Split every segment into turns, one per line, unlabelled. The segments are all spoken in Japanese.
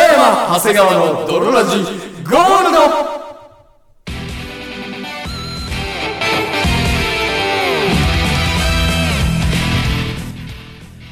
長谷川の泥ラジゴールド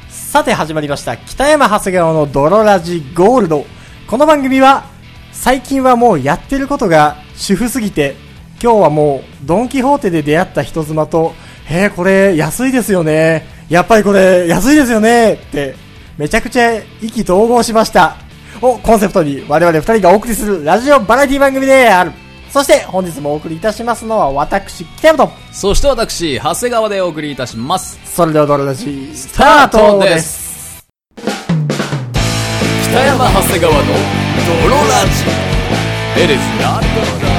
さて始まりました北山長谷川の泥ラジゴールドこの番組は最近はもうやってることが主婦すぎて今日はもうドン・キホーテで出会った人妻とへえこれ安いですよねやっぱりこれ安いですよねってめちゃくちゃ意気投合しましたをコンセプトに我々二人がお送りするラジオバラエティ番組であるそして本日もお送りいたしますのは私北山と
そして私長谷川でお送りいたします
それでは泥ラジス
タ
タ
ー
ー
ト
ト
で
です
す北山長谷川の泥ラジ It is not gonna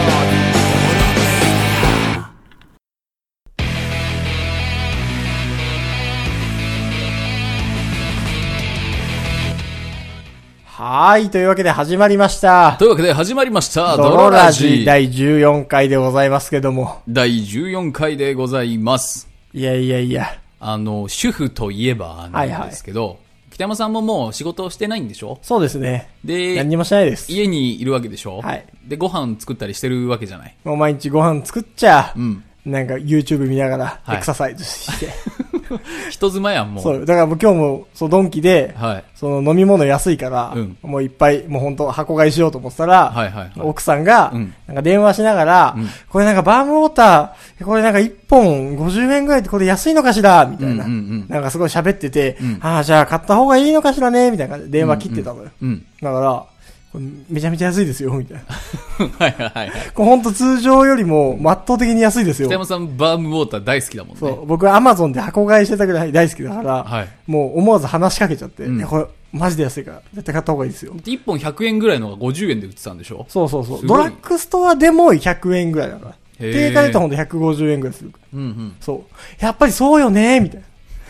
はい。というわけで始まりました
と。いうわけで始まりました
ド
泥
ロ
ラ
ラ
ジ
ジ第14回でございますけども。
第14回でございます
いやいやいや。
あの主婦といえばなんですけど、北山さんももう仕事をしてないんでしょ
そうですね。
で
何にもしないです。
家にいるわけでしょ
はい
でご飯作ったりしてるわけじゃない
もう毎日ご飯作っちゃ、
うん
なんか YouTube 見ながら
はい
エクササイズして。
人妻やんもう
そう。だからもう今日も、そう、ドンキで、
はい
その飲み物安いから、
うん
もういっぱい、もう本当箱買いしようと思ってたら、
はいはいはい
奥さんが、
うん
なんか電話しながら、
うん
これなんかバームウォーター、これなんか1本50円ぐらいでこれ安いのかしらみたいな、
うんうんうん
なんかすごい喋ってて、
うん
ああ、じゃあ買った方がいいのかしらねみたいな感じで電話切ってたのよ。
うん
だから、これめちゃめちゃ安いですよ、みたいな。
はいはいはいはい。
これ本当通常よりも圧倒的に安いです
北
よ。
山さん、バームウォーター大好きだもんね。
そう、僕は Amazon で箱買いしてたぐらい大好きだから、
はい。
もう思わず話しかけちゃって、
うん
いやこれマジで安いから、絶対買った方がいいですよ。
1本100円ぐらいのが50円で売ってたんでしょ
そうそうそ
す
う。
ご
ド
い
ラッグストアでも100円ぐらいだから。
へー
定価で言うとほんと150円ぐらいするから。
うんうん。
そう。やっぱりそうよね、みたいな。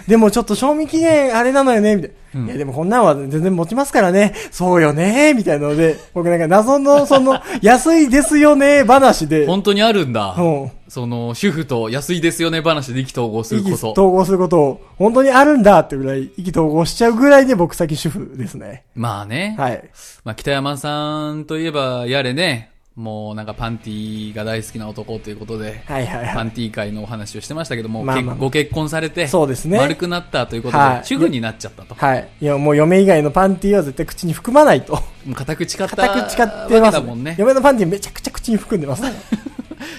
でもちょっと賞味期限あれなのよね、みたいな。いやでもこんなんは全然持ちますからね。そうよね、みたいなので、僕なんか謎のその、安いですよね、話で、
本当にあるんだ。
うん
その、主婦と安いですよね話で意気投合する
意気
こ
統
と。
合することを、本当にあるんだってぐらい、意気統合しちゃうぐらいで僕先主婦ですね。
まあね。
はい。
まあ、北山さんといえば、やれね。もうなんかパンティーが大好きな男ということで。
はいはい
パ
は
ン
い。
ティー界のお話をしてましたけども、
まあまあ
結ご結婚されて、
そうですね
丸くなったということで、
はい
主婦になっちゃったと。
はい。いや、もう嫁以外のパンティーは絶対口に含まないと。
もう固く誓った。
固く誓ってます、
だもんね。
嫁のパンティーめちゃくちゃ口に含んでます。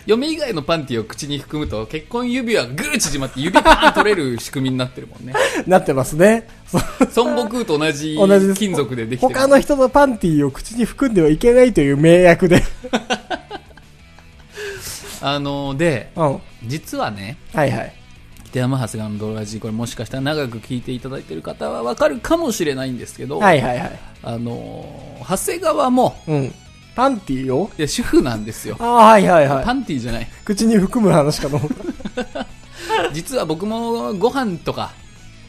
嫁以外のパンティを口に含むと結婚指輪ぐー縮まって指パーン取れる仕組みになってるも んね
なってますね。そう
孫悟空と同じ
同じです。
金属でできてる
他の人のパンティーを口に含んではいけないという名約 で。
あので
うん。はい
実はね
はい。
北山長谷川のドロラジーこれもしかしたら長く聞いていただいてる方はわかるかもしれないんですけど、
はいはいはい。
あの長谷川も
うん。パンティーを
いや主婦なんですよ
ああ、はいはい は
パンティじゃない
い。口に含む話かと思っ
実は僕もご飯とか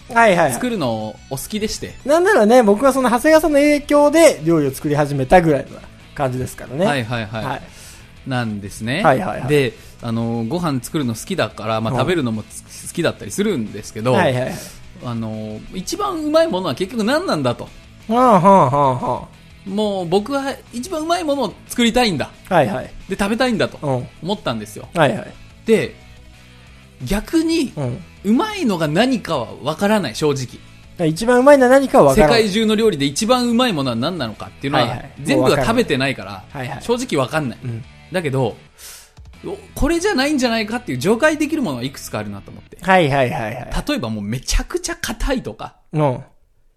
た。はいはい、は
作るのお好きでして、
い。なんならね、僕はその長谷川さんの影響で料理を作り始めたぐらいの感じですからね。
はいはいはい、
はい。
なんですね、
はいはいはい
であのご飯作るの好きだから、まあ、
うん
食べるのもつ好きだったりするんですけど、
はいはいはい。
あの一番うまいものは結局何なんだと
はあはあはあは
もう僕は一番うまいものを作りたいんだ
あ。はいはい。
で食べたいんだ
うん。
と
はい
思ったんですよ
はい。
で逆に
うん。
うまいのが何かは分からない正直
一番うまいのは何かは分か
世
らない。
界中の料理で一番うまいものは何なのかっていうのは、
はいはい
全部
もう分
は
からな
食
い
べてないから、
はいはい
正直分かんない、
うん
だけどおこれじゃないんじゃないかっていう除外できるものはいくつかあるなと思って
はいはいはいはい。
例えばもうめちゃくちゃ硬いとか
うん。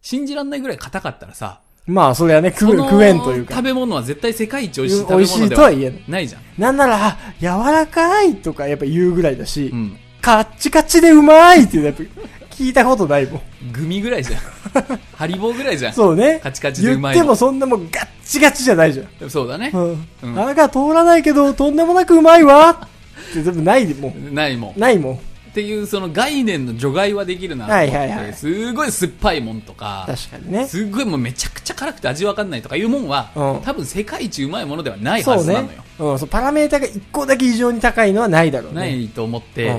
信じらんないぐらい硬かったらさ
まあ、それはね、食
こ
う
の
食えんというか
食。べ物は絶対世界一美味しい食べ
美味し
物
い
で
とは
は
言えない。
ないじゃん、
なんなら、あ柔らかいとかやっぱ言うぐらいだし、
うん、
カッチカチでうまいっていうのやっぱ聞いたことない もん。
グミぐら いじゃんハリボーぐらいじゃん
そうね。
カチカチでうまい
言
の
ってもそんなもんガッチガチじゃないじゃん。
そうだね
う、ん。
うん
あが通らないけど、とんでもなくうまいわって全部ないでもん。
ないもん
ないもん。
っていうその概念の除外はできるなと思って、
はいはいはい
すごい酸っぱいもんとか
確かにね。
すごいもうめちゃくちゃ辛くて味わかんないとかいうもんは、
うん
多分世界一うまいものではないは
そう
ずな
ね
のよ、。
うん、そう、パラメータが一個だけ異常に高いのはないだろうね。
な。いと思って、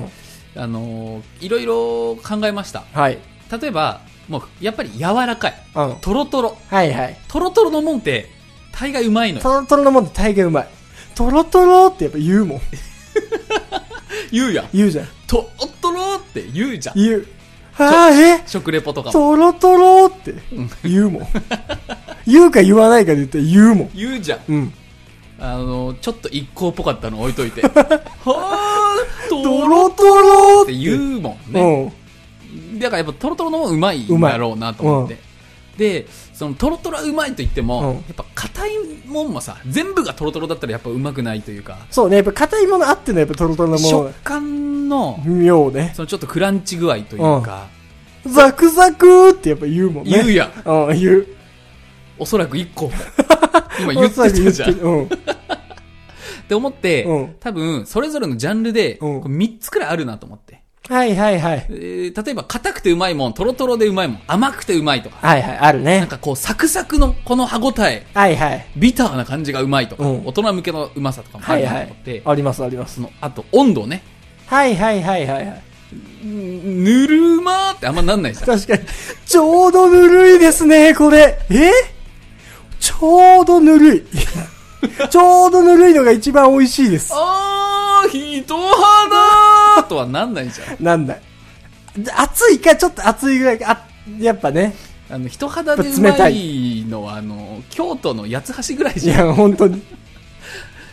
あのーいろいろ考えました
はい。
例えばもうやっぱり柔らかい
うん。
トロトロ
はいはい。
トロトロのもんって大概うまいのよ
トロトロのもんって大概うまい。トロトロってやっぱ言うもん。
言うやん
言うじゃん。
とおっとろーって言うじゃん
言う。ああ、え
食レポとかも
トロトロって言うもん。言うか言わないかで言ったら言うもん。
言うじゃん
うん。
あのちょっと一行っぽかったの置 いといてはーと
ト
ろっ
ロトロってて
言
う。
うもんねだからやっぱトロトロのもうまいんだろうなと思って、でそのトロトロはうまいと言っても、
うん
やっぱ硬いもんもさ全部がトロトロだったらやっぱうまくないというか
そうね、やっぱ硬いものあってのやっぱトロトロのも
食感の
の。妙ね。
そのちょっとクランチ具合というか、
ザクザクってやっぱ言うもんね。
言うやん
うん、言う。
おそらく一 個今言ってたじゃんっ
うん。
て思って、
うん
多分それぞれのジャンルで
うん
3つくらいあるなと思って、
はいはいはい。
えー例えば硬くてうまいもんトロトロでうまいもん甘くてうまいとか
はいはい、ある
なん
ね。
かこうサクサクのこの歯ごたえ
はいはい。
ビターな感じがうまいとか、
うん
大人向けのうまさとかもあ
は
る
い
なと
は
思って、
い。ありますあります
そ。のあと温度ね
はいはいはいはいはい。
ぬるまーってあんまな んないじゃん
確かに。ちょうどぬるいですね、これ。えちょうどぬるい。 ちょうどぬるいのが一番美味しいです。
あー人肌ーとはなんないじゃん
なんだ。熱いか、ちょっと熱いぐらいか。あ、やっぱね。
あの人肌でう
冷た
まいのはあの京都の八つ橋ぐらい
い
じゃん
や、本当に。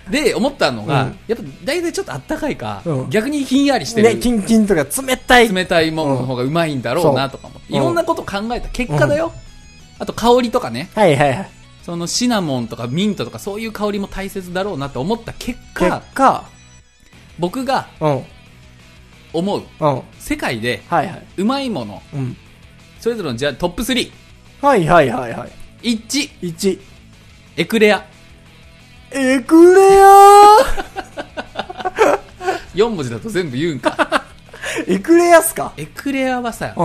で思ったのが、
うん
やっぱ大体ちょっとあったかいか、
うん
逆にひんやりして
ね、
る、
キンキンとか冷たい。
冷たいものの方がうまいんだろうなとかも、
うん
いろんなこと考えた結果だよ、あと香りとかね
はいはいはい。
そのシナモンとかミントとかそういう香りも大切だろうなと思った結
結
果
果、
僕が
うん、うん。
思う
はい
世界で
はい。
うまいもの
うん。
それぞれのじゃあトップ3
はいはいはいはい。
1
1。
エクレア
エクレア
4文字だと全部言うんか
エクレアっすか
エクレアはさ
う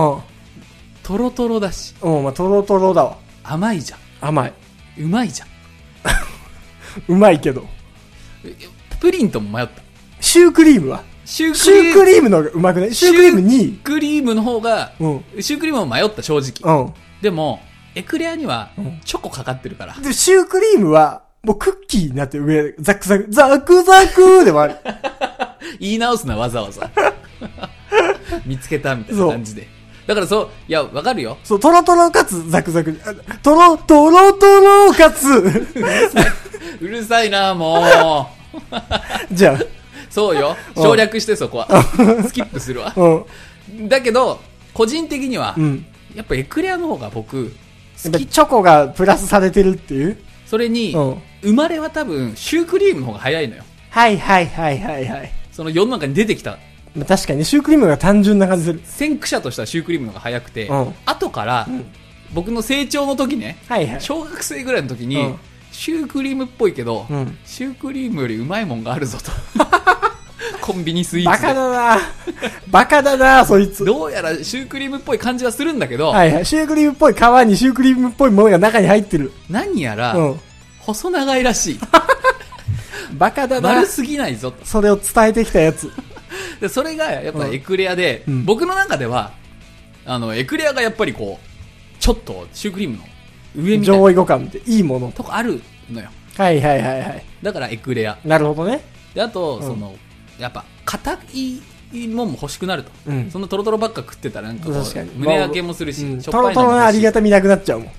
トロトロだし
ん。うん、まあ、トロトロだわ。
甘いじゃ
甘い。
んうまいじゃん
うまいけど。
えプリンとも迷った
シュークリームは
シュー
シ
クリ
ュー
ーム
クリームの方がうまくないシュークリーム2
シュークリームの方が、
うん。
シュークリームも迷った正直
うん。
でもエクレアには
うん
チョコかかってるから、
で、シュークリームは、もうクッキーになって上、ザクザク、ザクザクでも ある。
言い直すなわざ わざ見つけたみたい
そ
な
う
感じでだからそういやわかるよ
そう、トロトロかつザクザク。あトロ、トロトロかつ、
うるさいなもう
じゃ
そうよ
うん
省略してそこはスキップするわ
あ、うん。
だけど個人的には、
うん。
やっぱエクレアの方が僕
やっぱチョコがプラスされてるっていう。
それに、
うん。
生まれは多分シュークリームの方が早いのよ
はいはいはいはいはい。
その世の中に出てきた
まあ確かに、シュークリームが単純な感じする。
先駆者としてはシュークリームの方が早くて、
うん
後から、僕の成長の時ね
はいはい。
小学生ぐらいの時に、
うん
シュークリームっぽいけど、
うん。
シュークリームよりうまいもんがあるぞ とコンビニスイー
バ
ツ
カ
で
だなバカだなそいつ。
どうやらシュークリームっぽい感じはするんだけど、
はいはい。シュークリームっぽい皮にシュークリームっぽいものが中に入ってる。
何やら、
う
細長いらしい
ん。バカだな
丸すぎないぞと
それを伝えてきたやつ。
でそれがやっぱ
うん
エクレアで、
うん
僕の中ではあのエクレアがやっぱりこうちょっとシュークリームの上みたいな
上位互換っていいもの。
とこあるのよ
はいはいはいはい。
だからエクレア
なるほどね。
であと、
うん
そのやっぱ硬いもんも欲しくなると、
うん
そのトロトロばっか食ってたらなんかこう
確かに
胸焼けもするし、
うん
しょ
ト
っぱ
ロ
いの
ト
も
ロのあ
欲し
り
い
がたみなくなっちゃうもん。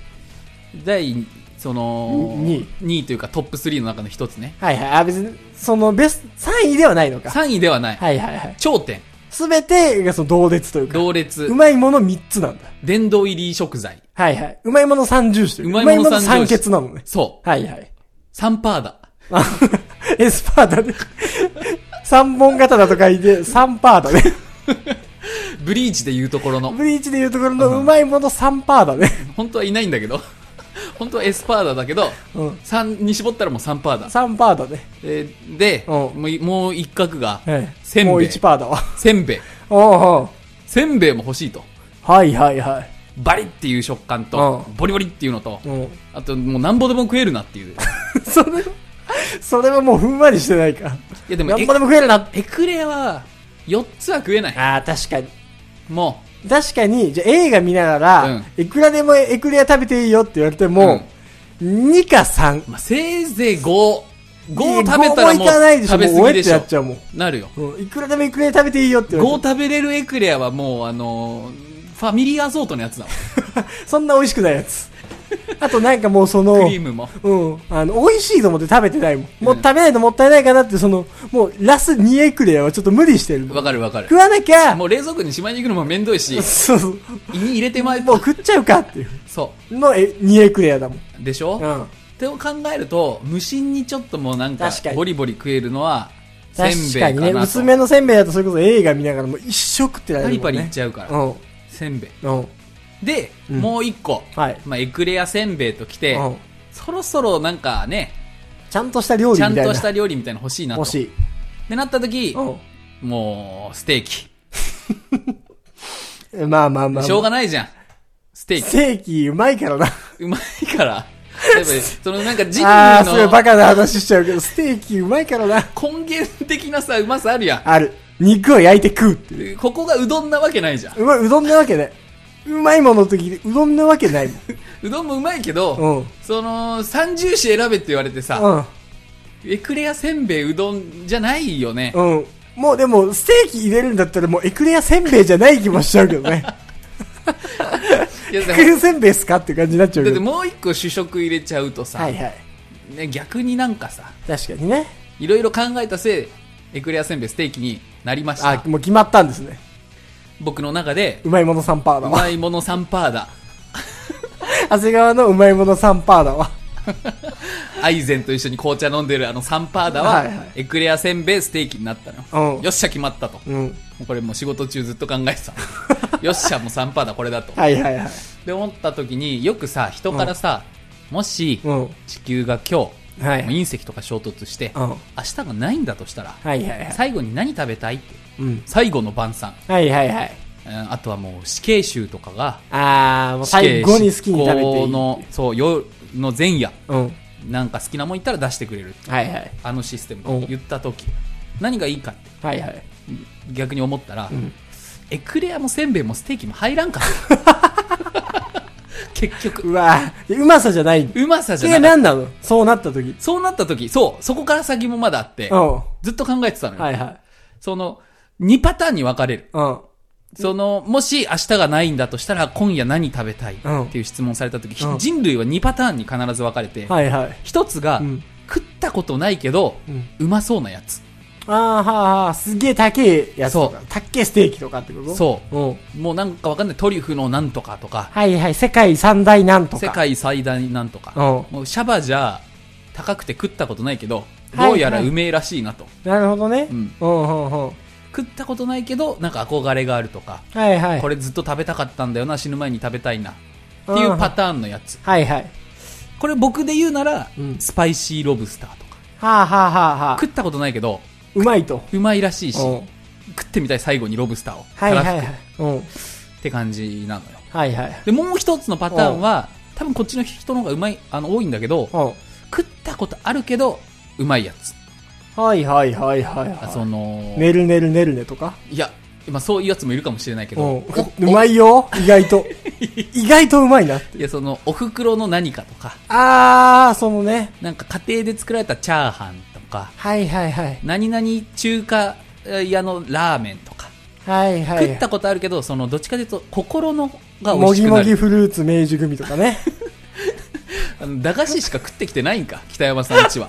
第その
に
2位というかトップ3の中の一つね
はいはい。あ、別に、そのベスト、3位ではないのか。
3位ではない、
はいはいはい。
頂点
すべてがその同列というか、
同
う
列
まいもの3つなんだ。
殿堂入り食材
はいはい。うまいもの三重視というか
うまいもの三重視
三欠なのね。
そう
はいはい。
サンパーダ
あ エスパーだね。三本型だと書いて、三パーだね。
ブリーチでいうところの
ブリーチでいうところのうまいもの三パーだね。
本当はいないんだけど 本当はエスパーダだけど
うん。
3に絞ったらもう3パーダ
三パーだね。
えーで
うん
もういもう一角が
はい
せんべい
もう一パーだわ。
せんべい
おうおう
せんべいも欲しいと
はいはいはい。
バリっていう食感と
う
ボリボリっていうのと
うん。
あともうなんぼでも食えるなっていうい
それ、それはもうふんわりしてないか。
やでも
なん
エ
ぼでも食えるな。
エクレアは4つは食えない
ああ、確かに。
も
確かに、じゃあ映画見ながら、
うん
いくらでもエクレア食べていいよって言われても、
うん
2か3。
まあ、せいぜい5。
いや
5食べたら
五も
も
いかないうでしょ。も
食べ
う
過
お
ぎ
え
で
って
し
や
ょ
っ。ちゃうもん。
なるよ。
うんいくらでもいくらで食べていいよって言
5
われて
食べれるエクレアはもう、あのー、ファミリーアゾートのやつだもん。
そんな美味しくないやつ。あとなんかもうその、
クリームも。
うん。あの、美味しいと思って食べてないもん。もう
うん
食べないともったいないかなって、その、もうラス2エクレアはちょっと無理してるの。
わかるわか
食
る。
わなきゃ、
もう冷蔵庫にしまいに行くのもめんどいし、
そうそう。
胃に入れてまい
もう食っちゃうかっていう。
そ
の、え、2エクレアだもん。
う。でしょ、
うん。
ってを考えると、無心にちょっともうなんか
確か、に
ボリボリ食えるのは、せん
確
べい
か
か
にね、
な
薄
と。
めのせんべいだとそれこそ映画見ながらもう一生食ってら
パ
れ
リ
るも
パ
ん
リいっ
ね。
ちゃうから。
うん。
せんべい。
うん。
で、
うん
もう一個。
はい。
まあ、エクレアせんべいときて、
うん。
そろそろなんかね、
ちゃんとした料
ち
理
ゃ
み
ん
たいな。
とした料理みたいなの欲しいなと。
欲しい。
ってなった時、
う
もう、ステーキ。
ん。まあまあまあ。
しょうが
ない。
ないじゃん。ステー
ス
キ。
テーキうまいからな。
うまい から。やっぱりそのなんか人類
ああ、すごいバ
の
カな話しちゃうけど、ステーキうまいからな。
根源的なさ、うまさあるや
ある。肉を焼いて食うっていう。
ん。ここがうどんなわけないじゃん。
うまい、うどんなわけないうまいものの時にうどんなわけないも
うどんもうまいけど、
ん。うん。
その、三重視選べって言われてさ、エクレアせんべいうどんじゃないよね。
うん。うん。もうでも、ステーキ入れるんだったらもうエクレアせんべいじゃない気もしちゃうけどね。
いや
エ
で
ク
も
レアせんべいっすかって感じになっちゃう
だっ
け
て
ど。
もう一個主食入れちゃうとさ、
はいはい。
ね、逆になんかさ、
確かにね。
いろいろ考えたせい、エクレアせんべいステーキになりまし
あ
た、。
もう決まったんですね。
僕の中で、
うまいもの3%だ
う
わ。
まいもの3%だ。
長谷川のうまいもの3%だわ。
アイゼンと一緒に紅茶飲んでるあのサンパーダは、
はいはい
エクレアせんべいステーキになったの。
うん
よっしゃ、決まったと。も
うん。
うこれもう仕事中ずっと考えて た。よっしゃ、もうサンパーダこれだと。
はいはいはい。
で、思った時によくさ、人からさ、もし、
うん。
地球が今日、
はい。
隕石とか衝突して、
うん。は
明日がないんだとしたら、
いはいはい。
最後に何食べたいって。
うん。
最後の晩餐。
はいはいはい。
うんあとはもう死刑囚とかが、
あー、もう最後に好きに食べてい
執
い
行。の、そう、夜の前夜、
うん。
なんか好きなもんいったら出してくれる。
はいはい。
あのシステム
うん
言った時何がいいかって
はいはい。
逆に思ったら、
ん
エクレアもせんべいもステーキも入らんかった 結局
うわーうまさじゃない。
うまさじ
え、
ゃない
なんなのそうなった時。
そうなった時そうそこから先もまだあって、
うん。は
ずっと考えてたの
い
よ、
はい。
その2パターンに分かれる
うん。
そのもし明日がないんだとしたら今夜何食べたい
うん
っていう質問された時、
うん
人類は2パターンに必ず分かれて、
はいはい。
一つが、
うん
食ったことないけど、
うん
うまそうなやつ
あーはーはー、すげえ高えやつとか
そ。
高えステーキとかってこと。
そう
うん。
もうなんかわかんないトリュフのなんとかとか
はいはい、世界三大なんとか。
世。界最大なんと
う
か、
ん。
もうシャバじゃ高くて食ったことないけど、
はい
どうやらうめえらしいなと、
なるほどね。
う
うんん。うん、うん、うん。
食ったことないけどなんか憧れがあるとか、
はいはい。
こ
れ。
れずっと食べたかったんだよな死ぬ前に食べたいなっていうパターンのやつ
はいはい。
これ僕で言うなら、
うん
スパイシーロブスターとか
はあはあはあはあ。
食ったことないけど
うまいと。
うまいらしいし、
うん
食ってみたい最後にロブスターを
はいはいは
辛
い
くて。
うん。
って感じなのよ
はいはい。
でもう一つのパターンは多分こっちの人の方がうまいあの多いんだけど
う
食ったことあるけどうまいやつ
ん。はいはいはいはい
あ
は
その
い。ねるねるねるねとか。
いや、まあ、そういうやつもいるかもしれないけ
う
ど、
ん。
お
うまいよ、意外 と。意外とうまいなって。
いや、その、お袋の何かとか、
あー、そのね。
なんか家庭で作られたチャーハンとか、
はいはいはい。
何々中華屋のラーメンとか、
はいはい。
食ったことあるけど、その、どっちかというと、心のが美
も
味し
ぎ
くな
もぎ
る。
フルーツ明治組とかね。
あの駄菓子しか食ってきてないんか、北山さん ちは。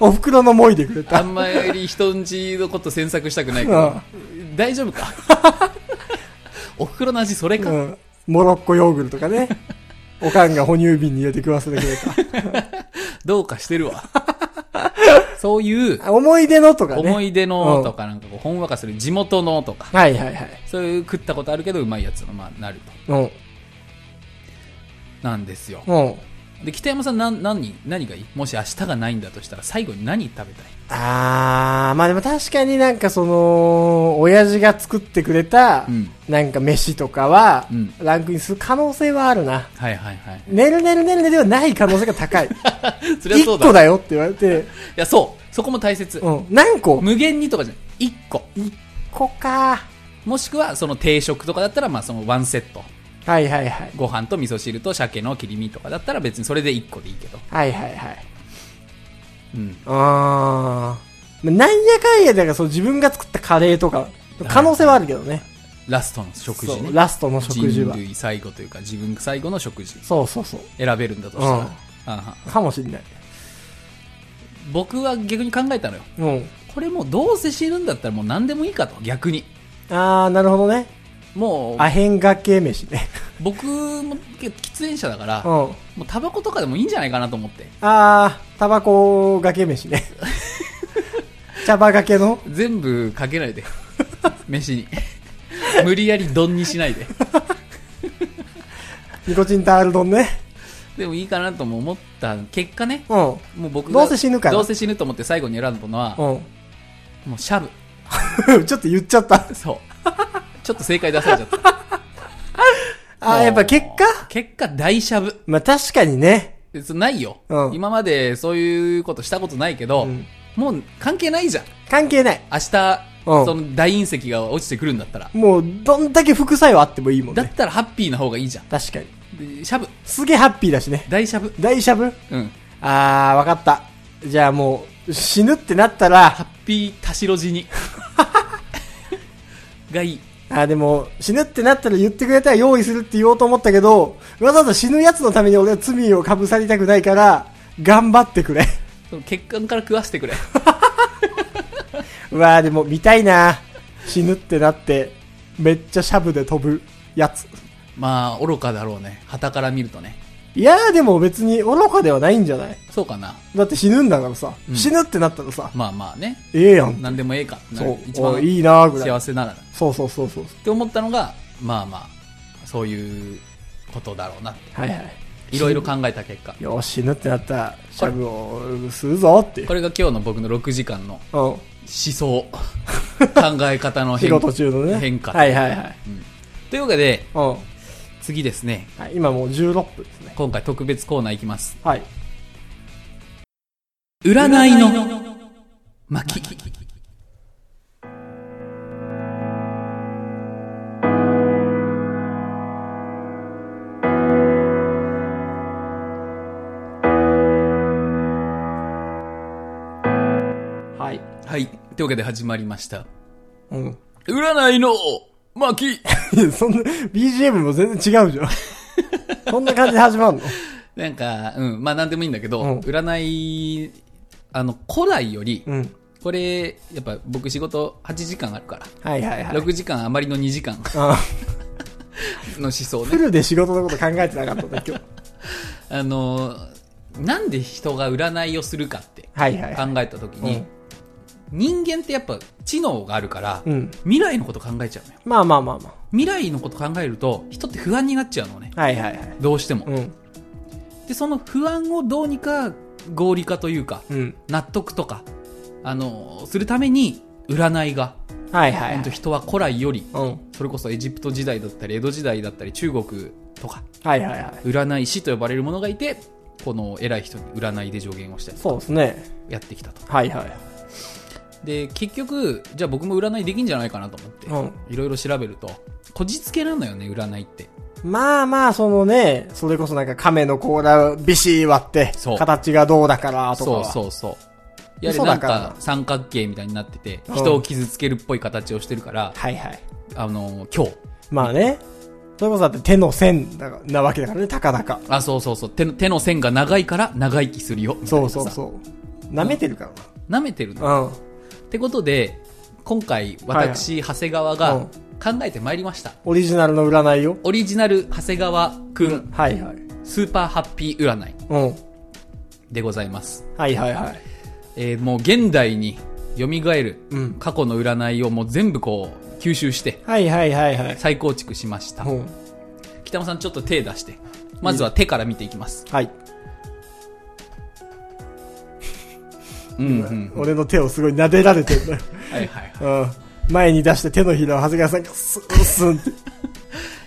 お袋のもいでくれ
あ
た。
んまり人んちのこと詮索したくないけ
う
ど、大丈 夫かお袋の味、それ
う
か、
ん。モロッコヨーグルトとかね。 おかんが哺乳瓶に入れて食わせてくれ
どうかして るわ。そういう、
た。思い出のとかね。
思い出のとか、なんかこう、ほんわかする地元のとか、
はいはいはい。
そういう食ったことあるけどうまいやつの、まあ、なると。
うん。
なんですよ。
うん。
で、北山さん、なん、何、何がいいもし明日がないんだとしたら、最後に何食べたい
あー、まあでも確かになんかその、親父が作ってくれた、
うん
なんか飯とかは
うん、
ランクインする可能性はあるな。
はいはいはい。
ねるねるねるねではない可能性が高い。
そりゃ
一
そうだ。
個
い
だよって言われて、
や、そう。そこも大切。
うん。何個
無限にとかじゃない。一個。
一個か。
もしくは、その定食とかだったら、まあ、そのワンセット。
はいはいはい。
ご飯と味噌汁と鮭の切り身とかだったら別にそれで1個でいいけど。
はいはいはい。
うん。
あー。まあなんやかんやだから、そう自分が作ったカレーとか、可能性はあるけどね。
ラストの食事
そう
ね。
ラストの食事は
人。類最後というか自分最後の食事
そうそうそう。
選べるんだとした
うん
ら。あんはん
かもしれない。
僕は逆に考えたのよ。
うん。
これもうどうせ死ぬんだったらもう何でもいいかと、逆に。
あー、なるほどね。
もう
ア、ヘンがけ飯ね。
僕も喫煙者だから、
う
も
ん。
うタバコとかでもいいんじゃないかなと思って。
あー、タバコがけ飯 ね。茶葉がけの
全部かけないで。 飯に。 無理やり丼にしないで。
ニコチンタール丼ね。
でもいいかなとも思った結果ね、
うん。
もう僕が
どうせ死ぬから
どうせ死ぬと思って最後に選んだのは、
う
もうシャブ。
ん。 ちょっと言っちゃった。
そう。ちょっと正解出されちゃった。
あ
も
ー、
う
やっぱ結果
結果大シャブ。
まあ確かにね。
別にないよ、
うん
今までそういうことしたことないけど、
うん
もう関係ないじゃん。
関係ない。
明日、
うん
その大隕石が落ちてくるんだったら。
もう、どんだけ副作用あってもいいもん
だっ
ね。
たらハッピーな方がいいじゃん。
確かに。
でシャブ。
すげえハッピーだしね。
大シャブ。
大しゃぶ
うん。
あー、わかった。じゃあもう、死ぬってなったら、
ハッピー田代地に。 がいい。
あーでも、死ぬってなったら言ってくれたら用意するって言おうと思ったけど、わざわざ死ぬ奴のために俺は罪をかぶさりたくないから、頑張ってくれ。
その血管から食わ せてくれ。
うわー、でも見たいな。死ぬってなって、めっちゃしゃぶで飛ぶやつ。
まあ、愚かだろうね。旗から見るとね。
いやー、でも別に愚かではないんじゃない
そうかな。
だって死ぬんだからさ、
うん
死ぬってなったらさ、
まあまあね。
ええやん。
何でもええかってな
そ
る
う。
一
お
番
いいなーぐらい
幸。せなら。っ
そうそうそうそう。
て思ったのが、まあまあ、そういうことだろうなって。
はいはい。
いろいろ考えた結果。
よし、死ぬってなったら、しゃぶをするぞっていう。
これが今日の僕の6時間の
うん。
思想。考え方の
仕
変化。
事中のね。
変化
はいはいはい。
というわけで、
うん。は
次ですね。
い、今もう16分ですね。
今回特別コーナーいきます。
はい。
占いの巻。
はい。
はい。というわけで始まりました。
うん。
占いの巻。
いやそんな、BGM も全然違うじゃ ん。そんな感じで始まるの
なんか、うん、まあなんでもいいんだけど、
うん
占い、あの、古来より、
うん。
これ、やっぱ僕仕事8時間あるから、
はいはいはい。
6時間余りの2時間
あ
の思想
フ
ね。
ルで仕事のこと考えてなかったんだ、今日。
あの、なんで人が占いをするかって
はいはい
考
はい。
えた時に、人間ってやっぱ知能があるから、
うん。
未来のこと考えちゃうのよ。
まあまあまあま
未来のこと考えると、人って不安になっちゃうのね。
あ。はいはいはい。
どうしても。
うん。
で、その不安をどうにか合理化というか、
うん。
納得とか、あの、するために、占いが、
はいはい
本
は
当
い。
人は古来より、
うん。
それこそエジプト時代だったり、江戸時代だったり、中国とか、
はいはいはい。
占い師と呼ばれるものがいて、この偉い人に占いで助言をしたり
そうですね。
やってきたと。
はいはい。
で、結局、じゃあ僕も占いできんじゃないかなと思って
う、ん。
いろいろ調べると、こじつけなのよね、占いって。
まあまあ、そのね、それこそなんか亀の甲羅をビシー割って
そ、う
形がどうだからとか
そう
は。
そうそう。やれ
嘘
な
だ
ん
から
か三角形みたいになってて、
うん
人を傷つけるっぽい形をしてるから、
はいはい。
あの、今日、
まあね。それこそだって手の線だがなわけだからね、たかだか。
あ、そうそうそう。手の手の線が長いから長生きするよ。
そうそう
う。
そう。舐めてるか
舐めてるの。
らな。うん。
ってことで、今回私、長谷川
う
が
ん
考えてまいりました。
オリジナルの占いよ。
オリジナル長谷川くん
はいはい。
スーパーハッピー占い
うん。
でございます。
はいはいはい。
えーもう現代に蘇る
うん
過去の占いをもう全部こう吸収して
はいはいはいはい。
再構築しました
う。ん。
北野さんちょっと手出して。まずは手から見ていきます。
はい。
うんうん。
俺の手をすごい撫でられて るんだよ。
はいはい。
うん。前に出して手のひらを長谷川さんがスンスンって。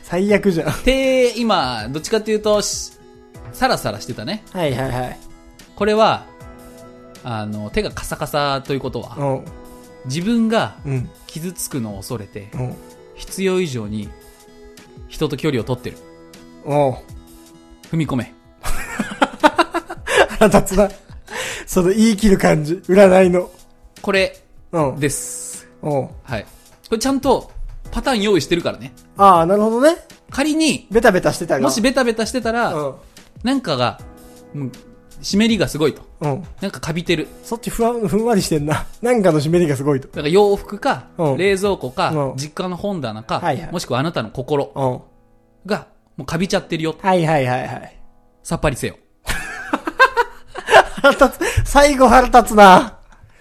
最悪じゃん。は
手、今、どっちかっていうと、しサラサラしてたね。
いはいはい。
これは、あの、手がカサカサということは、
うん。
自分が
うん。
傷つくのを恐れて、
うん。
必要以上に人と距離を取ってる。
おう。
踏み込め。
腹立つな。その言い切る感じ。占いの。
これ
うん。
です。
おう。
はい。これちゃんとパターン用意してるからね。
ああ、なるほどね。
仮に、
ベタベタしてたが。
もしベタベタしてたら、
うん。
なんかが、もう湿りがすごいと。
うん。
なんかカビてる。
そっちふわ、ふんわりしてんな。なんかの湿りがすごいと。
だから洋服か、
うん
冷蔵庫か、
うん
実家の本棚か、
はいはい
もしくはあなたの心
うん。
が、もうカビちゃってるよ。
はいはいはいはい。
さっぱりせよ。
腹立つ。最後腹立つな。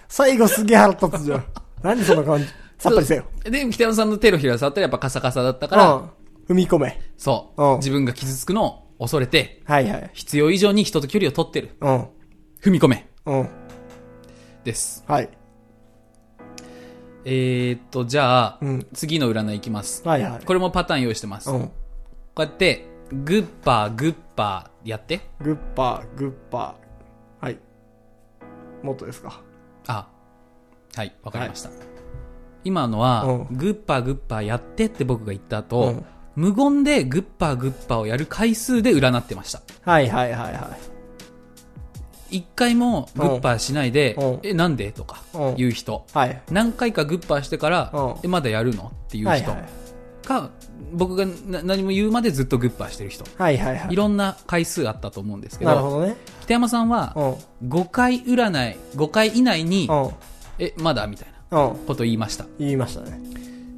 最後すげえ腹立つじゃん。何その感じ。さっぱりせよ。
で、北野さんの手のひら触ったらやっぱカサカサだったから、
うん。踏み込め。
そう、
うん
自分が傷つくのを恐れて、
はいはい。
必要以上に人と距離を取ってる。
うん。
踏み込め。
うん。
です。
はい。
えー、っと、じゃあ、
うん
次の占いいきます。
はいはい。
これもパターン用意してます。
う
こ
ん。
うやって、グッパー、グッパーやって。
グッパー、グッパー。はい。もっとですか。
あ、はい、わかりました。今のは、
うん
グッパーグッパーやってって僕が言った後、
うん
無言でグッパーグッパーをやる回数で占ってました。
はいはいはいは
一回もグッパーしないで、
うん
え、なんでとか
うん
言う人。
い。はい。
何回かグッパーしてから、
うん
え、まだやるのっていう
はい
人。
はい
か、僕がな何も言うまでずっとグッパーしてる人。
はいはいはいい。
ろんな回数あったと思うんですけ
なるほ
ど、
どね。
北山さんは
うん。
5回占い、5回以内に、
う。
え、まだみたいなん
うん。
ことを言いました。
言いましたね。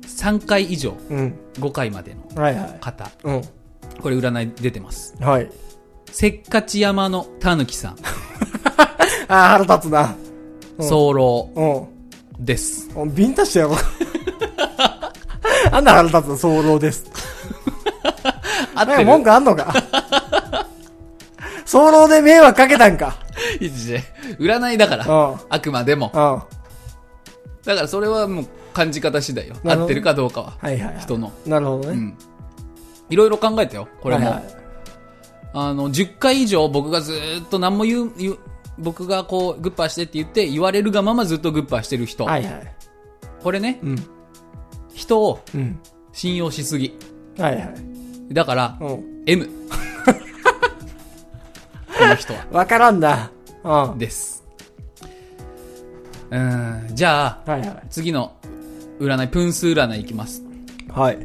3回以上、
うん。
5回までの
はいはい。
方
う
これ占い出てます
ん。はい。
せっかち山のたぬきさん
あー、腹立つな。うん
早漏
う
です
ん。ビンタしてやろうか。あんな腹立 つの、早漏です。
あ
な
っ
ん
て
か
る
文句あんのか早漏で迷惑かけたんか。
いやいや占いだから
うん
あくまでも
うん。は
だからそれはもう感じ方次第よ
なるほど
合ってるかどうかは
は
い
いはい。
人の
なるほど
う
ね。
んいろいろ考えたよこれも、
はいはい
あの10回以上僕がずーっと何も言う言う僕がこうグッパーしてって言って言われるがままずっとグッパーしてる人、
はいはい。
これね
うん。
人を
うん。
信用しすぎ
はいはい。
だから
うん。
M この人は
わからんな。うん。は
です。うーん、じゃあ、
いはい。
次の占い、プンス占いいきます。
はい。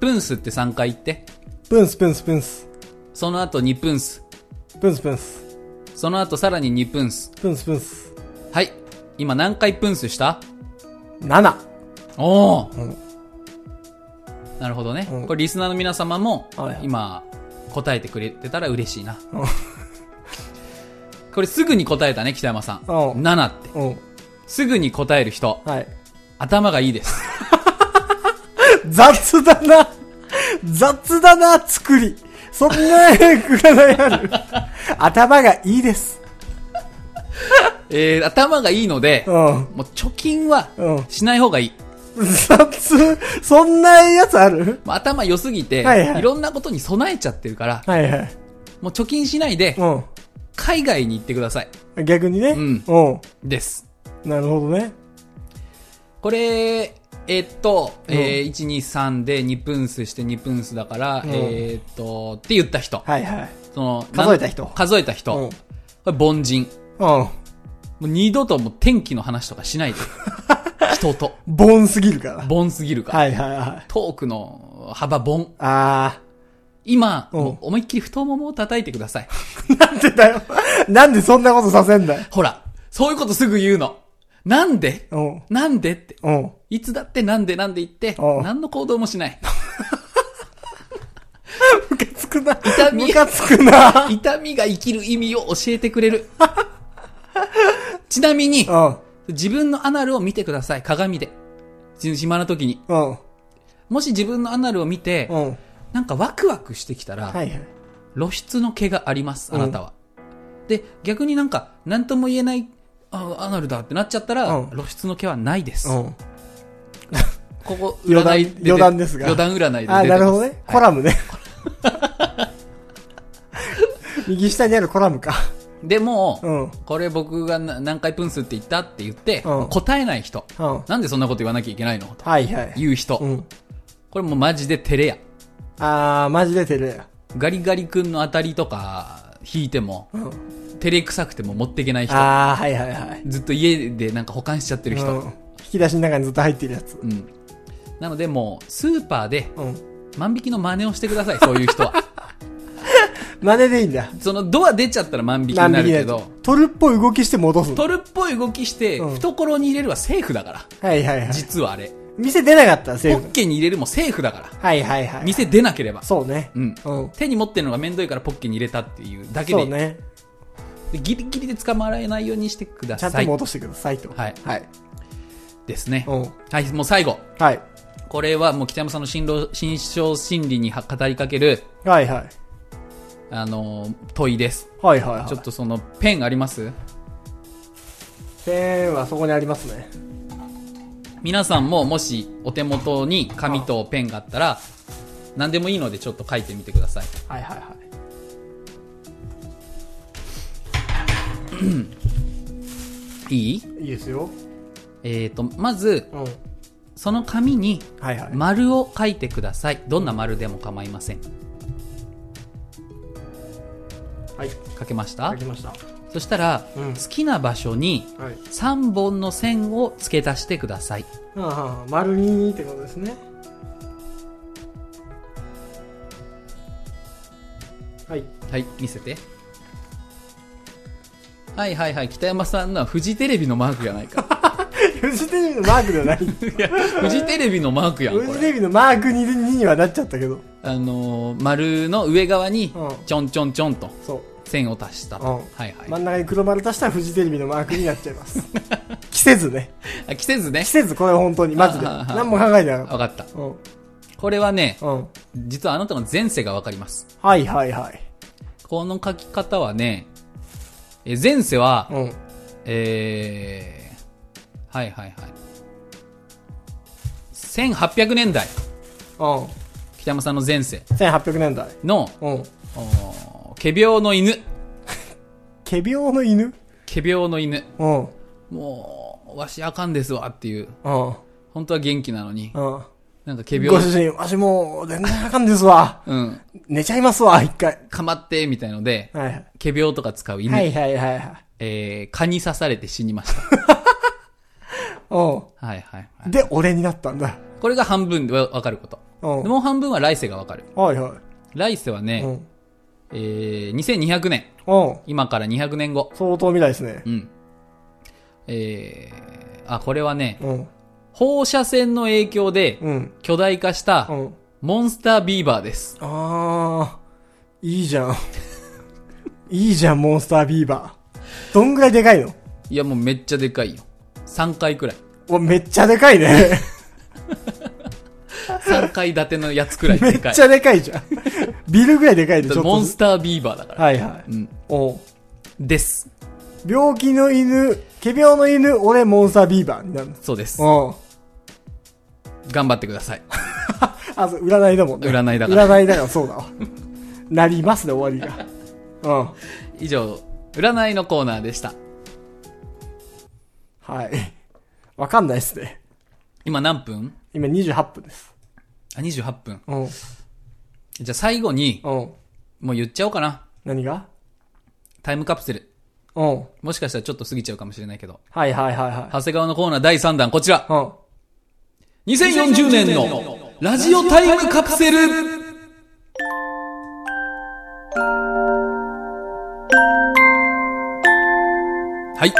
プンスって3回言って、
プンスプンスプンス。
その後2プンス、
プンスプンス。
その後さらに2プンス。
プンスプンス。
はい。今何回プンスした
7。
おお、
うん
なるほどね。
うん
これリスナーの皆様も
はいは、い
今、答えてくれてたら嬉しいな
うん。
これすぐに答えたね、北山さん。
うん
7って。
うん。
すぐに答える人、
はい。
頭がいいです。
雑だな。雑だな、作り。そんな占いある。頭がいいです。
えー、頭がいいので、
うん。
もう貯金は
うん
しない方がいい。
雑、そんなやつある
もう頭良すぎて、
はい
い
はい
ろんなことに備えちゃってるから、
はいはい。
もう貯金しないで、
う
海外に行ってください。
ん。逆にね。
うん
う
です。
ん。なるほどね。
これ、えーっと、
うん
えー、1、2、3で2分数して2分数だから、
うん
えーっと、って言った人。
はいはい。
その
数えた人
なん数えた人。
うん
これ凡人。
う
もう二度ともう天気の話とかしない で。人と。
ん。ボンすぎるから。
凡すぎるから。
はいはいはい。
トークの幅凡。
あ
今、
うん
もう思いっきり太ももを叩いてください。
ー。 なんでだよ。なんでそんなことさせんだよ。
ほら、そういうことすぐ言うの。なんで
うん。
なんでって。
うん。
いつだってなんでなんで言って、
うん
何の行動もしない。
ムカつくな。
痛み
ム カつくな。
痛みが生きる意味を教えてく れる。ちなみに、
う
自分のアナルを見てください。鏡で。じ暇な時に。
ん。うん。
もし自分のアナルを見て、
うん。
なんかワクワクしてきたら、
はいはい。
露出の毛があります、あなたは。で、逆になんか、何とも言えない、あ、アナルだってなっちゃったら、
うん
露出の毛はないです。
うん。
ここ、
余談
占いで出て
余談ですが
余談占いで出て
あ
ま
ー、
す。
なるほどね。コラムね。右下にあるコラムか。
でも、
うん
これ僕がな何回分数って言ったって言って、
うん
答えない人、
うん
なんでそんなこと言わなきゃいけないのと
はいはい。
いう人、
うん。
これもうマジで照れや。
あー、マジで照れる。
ガリガリ君の当たりとか引いても、照れくさくても持っていけない人。
あー、はいはいはい。
ずっと家でなんか保管しちゃってる人。
うん引き出しの中にずっと入ってるやつ。
うん。なのでもう、スーパーで
うん。
万引きの真似をしてください、そういう 人は。
真似でいいんだ。
そのドア出ちゃったら万引きになるけど、
取るっぽい動きして戻すの。
取るっぽい動きして、
うん
懐に入れるはセーフだから。
はいはいはい。
実はあれ。
店出なかった、
ポ
セー
ッ
フ。
ケに入れるもセーフだから。
はいはいはい。
店出なければ。
そうね。
うん。
うん。
手に持ってるのが面倒いからポッケに入れたっていうだけ
そう
で、
ね。
でギリギリで捕まらないようにしてくだ
ちゃん
さ
と
い。
戻してくださいと。
はい
はい。
ですね。
うん。
はい、もう最後。
はい。
これはもう北山さんの新郎新商心理には語りかける、
はいはい。
あのー問いです。
はいはいはい。
ちょっとその、ペンあります
ペンはそこにありますね。
皆さんももしお手元に紙とペンがあったら、何でもいいのでちょっと書いてみてください。
はいはいはい。
い
い
い
いですよ。
えっ、ー、と、まず、
うん。はい
その紙に
はい。
丸を書いてください。どんな丸でも構いません。
はい。
書けました
書きました。
そしたら、
うん
好きな場所に
はい。
3本の線を付け足してください。
はあはあ、丸にってことですね。はい。
はい、見せて。はいはいはい、北山さんのはフジテレビのマークじゃない か。
フジテレビのマークではない。フ
いや、フジテレビのマークやん、こ
ジ
れ。
テレビのマークににはなっちゃったけど。
あのー丸の上側に
うん、
ちょんちょんちょんと
そう。
線を足したと。
うん
はいはい。
真ん中に黒丸足したらフジテレビのマークになっちゃい ます。着せずね。
あ、着せずね
着。せず、これ本当に。まずで。
あはあはあ
何も考えてなかっ
わかった。
た。うん。
これはね、
うん。
実はあなたの前世がわかります。
はいはいはい。
この書き方はね、え前世は、
うん。
えー、はいはいはい。1800年代、
うん。
北山さんの前世
1800年代。
の、
うん。
おー仮病の犬。
仮病の犬
仮病の犬。
うん。うん。
もう、わしあかんですわっていう。
うん。
本当は元気なのに。
ご
なんか仮病
主、人、わしもう全然あかんですわ。
うん。
寝ちゃいますわ、一回。
かまって、みたいので、
はい。
仮病とか使う犬。
はいはいはいはい。
えー、蚊に刺されて死にました。
う
はいはい、は
ん。
い。
で、俺になったんだ。
これが半分でわわかること。
うん。
もう半分は来世がわかる。
はいは
来世はね
い。、うん。
えー、2200年。
うん。
今から200年後。
相当未来ですね
う。ん。えー、あ、これはね、
うん。
放射線の影響で
うん。
巨大化し
う
た
ん。
モンスタービーバーです。
あー、いいじゃん。いいじゃん、モンスタービーバー。どんぐらいでかいの
いや、もうめっちゃでかいよ。3回くらい。
お、めっちゃでかいね。
3階建てのやつくら い
め
で
っ
かい
ち。ゃでかいじゃん。ビルぐらいでかいでしょ。
モンスタービーバーだから。
はいは
う
い。
ん。
おう
です。
病気の犬、仮病の犬、俺モンスタービーバーになるんです。
そうです。
うん。
頑張ってください。
あ、そう、占いだもんね。
占いだから
占いだから、そうだわ。なりますで終わりが。うん。
以上、占いのコーナーでした。
はい。わかんないっすね。
今何分
今28分です。
あ、28分。
うん。
じゃあ最後に、
うん。
もう言っちゃおうかな。
何が
タイムカプセル。
うん。
もしかしたらちょっと過ぎちゃうかもしれないけど。
はいはいはいは
長谷川のコーナー第3弾、こちら。
い。うん。
2040年のラジオタイムカプセルはい。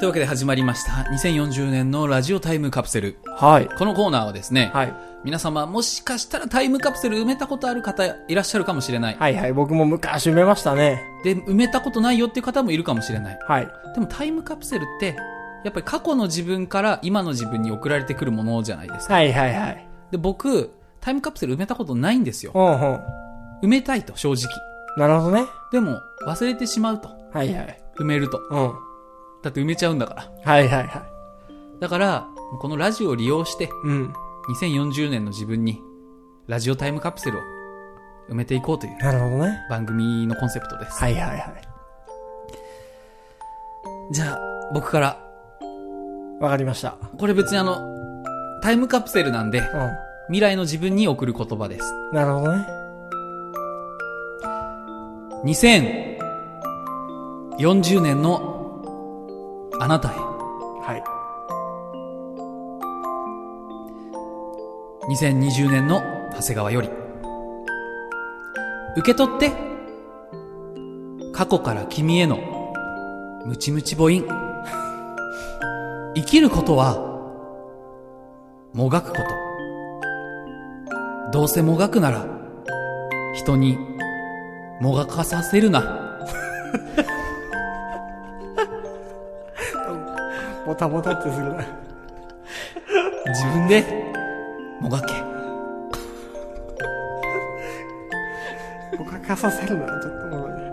というわけで始まりました。2040年のラジオタイムカプセル。
はい。
このコーナーはですね、
はい。
皆様もしかしたらタイムカプセル埋めたことある方いらっしゃるかもしれない。
はいはい。僕も昔埋めましたね。
で、埋めたことないよっていう方もいるかもしれない。
はい。
でもタイムカプセルって、やっぱり過去の自分から今の自分に送られてくるものじゃないですか
はいはいはい。
で、僕、タイムカプセル埋めたことないんですよ
う。んうん。
埋めたいと、正直。
なるほどね。
でも、忘れてしまうと。
はいはい。
埋めると。
うん。はい
だって埋めちゃうんだから。
はいはい。
だから、このラジオを利用して、
うん。
2040年の自分に、ラジオタイムカプセルを埋めていこうという
なるほどね。
番組のコンセプトです。
はいはいはい。
じゃあ、僕から、
わかりました。
これ別にあの、タイムカプセルなんで、
う
未来の自分に送る言葉です。
なるほどね。
2040年のあなたへ。
はい。
2020年の長谷川より受け取って過去から君へのムチムチ母音生きることはもがくことどうせもがくなら人にもがかさせるな
ボタボタってする な。
自分でもがけ
僕がかさせるな。ちょっとおもろいね。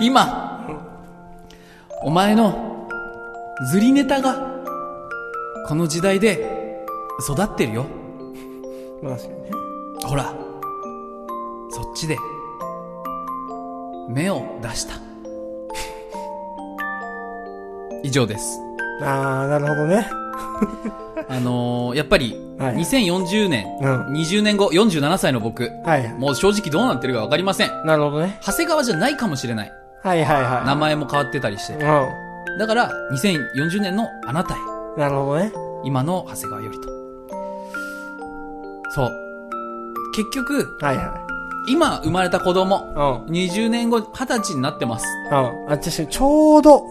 今お前のズリネタがこの時代で育ってるよ
まあ確かにね。
ほらそっちで目を出した 以上です
あー、なるほどね。
あのー、やっぱり
はい
2040年、
うん
20年後47歳の僕
はい。
もう正直どうなってるかわかりません
なるほどね。
長谷川じゃないかもしれない
はいはいはい。
名前も変わってたりして
う
だから2040年のあなたへ
ん。なるほどね。
今の長谷川よりとそう結局
はいはい。
今生まれた子供
うん。
20年後20歳になってます
うん。あ、ちょ、ちょうど、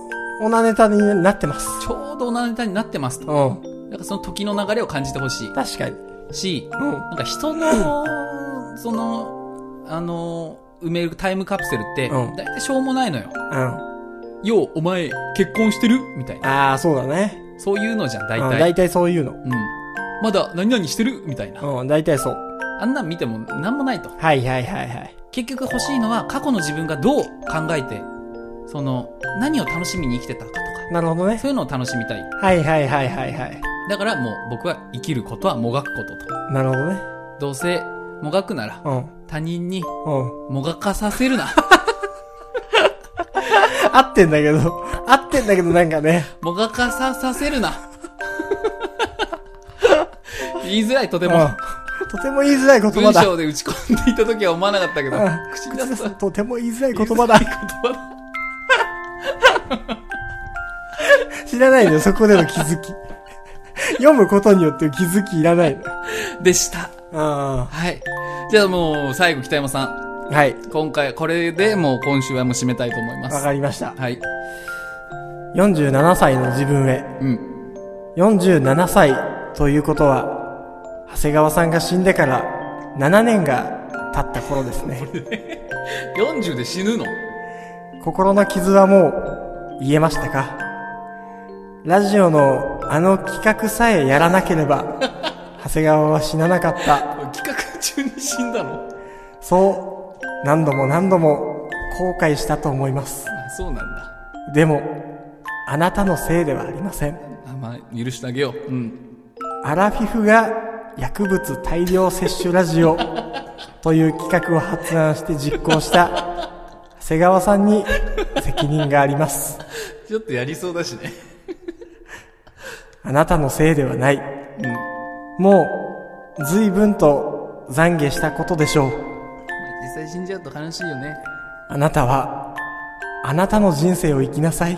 おなネタになってます。
ちょうど同じネタになってますと。だ
うん。
からその時の流れを感じてほしい
確かに。
し、
うん。
なんか人の、その、あの、埋めるタイムカプセルって、
うん
だいたいしょうもないのよ。
うん。
よう、お前、結婚してるみたいな。
ああ、そうだね。
そういうのじゃん、だい
うん
た
大
い。
体そういうの。
うん。まだ、何々してるみたいな。
うん、大体そう。
あんなん見ても何もないと。
はいはいはいはい。
結局欲しいのは、過去の自分がどう考えて、その、何を楽しみに生きてたかとか、
なるほどね
そ。ういうのを楽しみたい。
はいはいはいはいはい。
だからもう、僕は生きることはもがくことと。
なるほどね。
どうせ、もがくなら、
うん。
他人に
うん。
もがかさせるな。
合ってんだけど、合ってんだけどなんかね。
もがかささせるな。言いづらい、とて
で
も。、
とても言いづらい言葉
文
だ。
章で打ち込んでいた時は思わなかったけど
うん、
口出す
とても言いづらい言葉だ。
言葉
知らないのよ、そこでの気づき。 読むことによって気づきいらないの。
でした。
あ
はい。じゃあもう、最後、北山さん。
あ。はい。
今回、これでもう今週はもう締めたいと思いま
わ
す。
かりました。
はい。
47歳の自分へ。
うん。
47歳ということは、長谷川さんが死んでから7年が経った頃ですね。
40で死ぬの
心の傷はもう癒えましたかラジオのあの企画さえやらなければ、長谷川は死ななかった。
企画中に死んだの
そう、何度も何度も後悔したと思います。
あそうなんだ。
でも、あなたのせいではありません。
あまあ、許してあげよう。うん。
アラフィフが薬物大量摂取ラジオという企画を発案して実行した長谷川さんに責任があります。
ちょっとやりそうだしね。
あなたのせいではない。もう、随分と懺悔したことでしょう。
実際死んじゃうと悲しいよね。
あなたは、あなたの人生を生きな さい。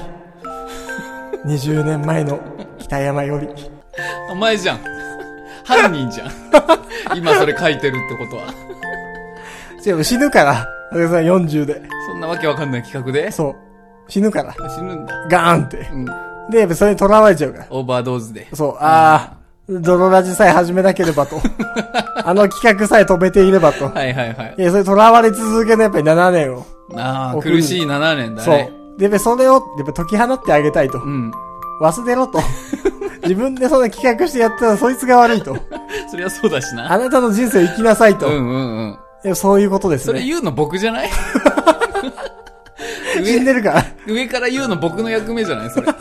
20年前の北山より。
お前 じゃん。犯人じゃん。今それ書いてるってことは。
違う、死ぬから。長谷川さん40で。
そんなわけわかんない企画で。
そう。死ぬから。
死ぬんだ。
ガーンって
う。ん。
で、やっぱそれに囚われちゃうから。
オーバードーズで。
そう、ああ、泥ラジさえ始めなければ と。あの企画さえ止めていればと。
はいはいはい。
いや、それ囚われ続けのやっぱり7年を。
ああ、
送る
苦しい7年だ
そう
ね。。
で、やっぱそれを、やっぱ解き放ってあげたいと。
うん。
忘れろ と。自分でそんな企画してやったらそいつが悪いと。
そりゃそうだしな。
あなたの人生を生きなさいと。
う
い
んうんうん。
やそういうことです
それ
ね。
言うの僕じゃ ない
死ん
上
でるから。
上から言うの僕の役目じゃないそれ。は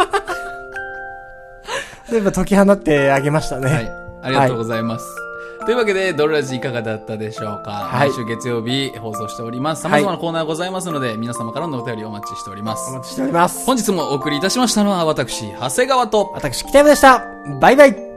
で、やっぱ解き放ってあげましたね。
い。ありがとうございます。というわけで、ドロラジいかがだったでしょうか、
はい
毎週月曜日放送しております。様
はい
々なコーナーございますので、皆様からのお便りお待ちしておりま
お
す。
待ちしております。
本日もお送りいたしましたのは、私、長谷川と、
私、北山でした。バイバイ。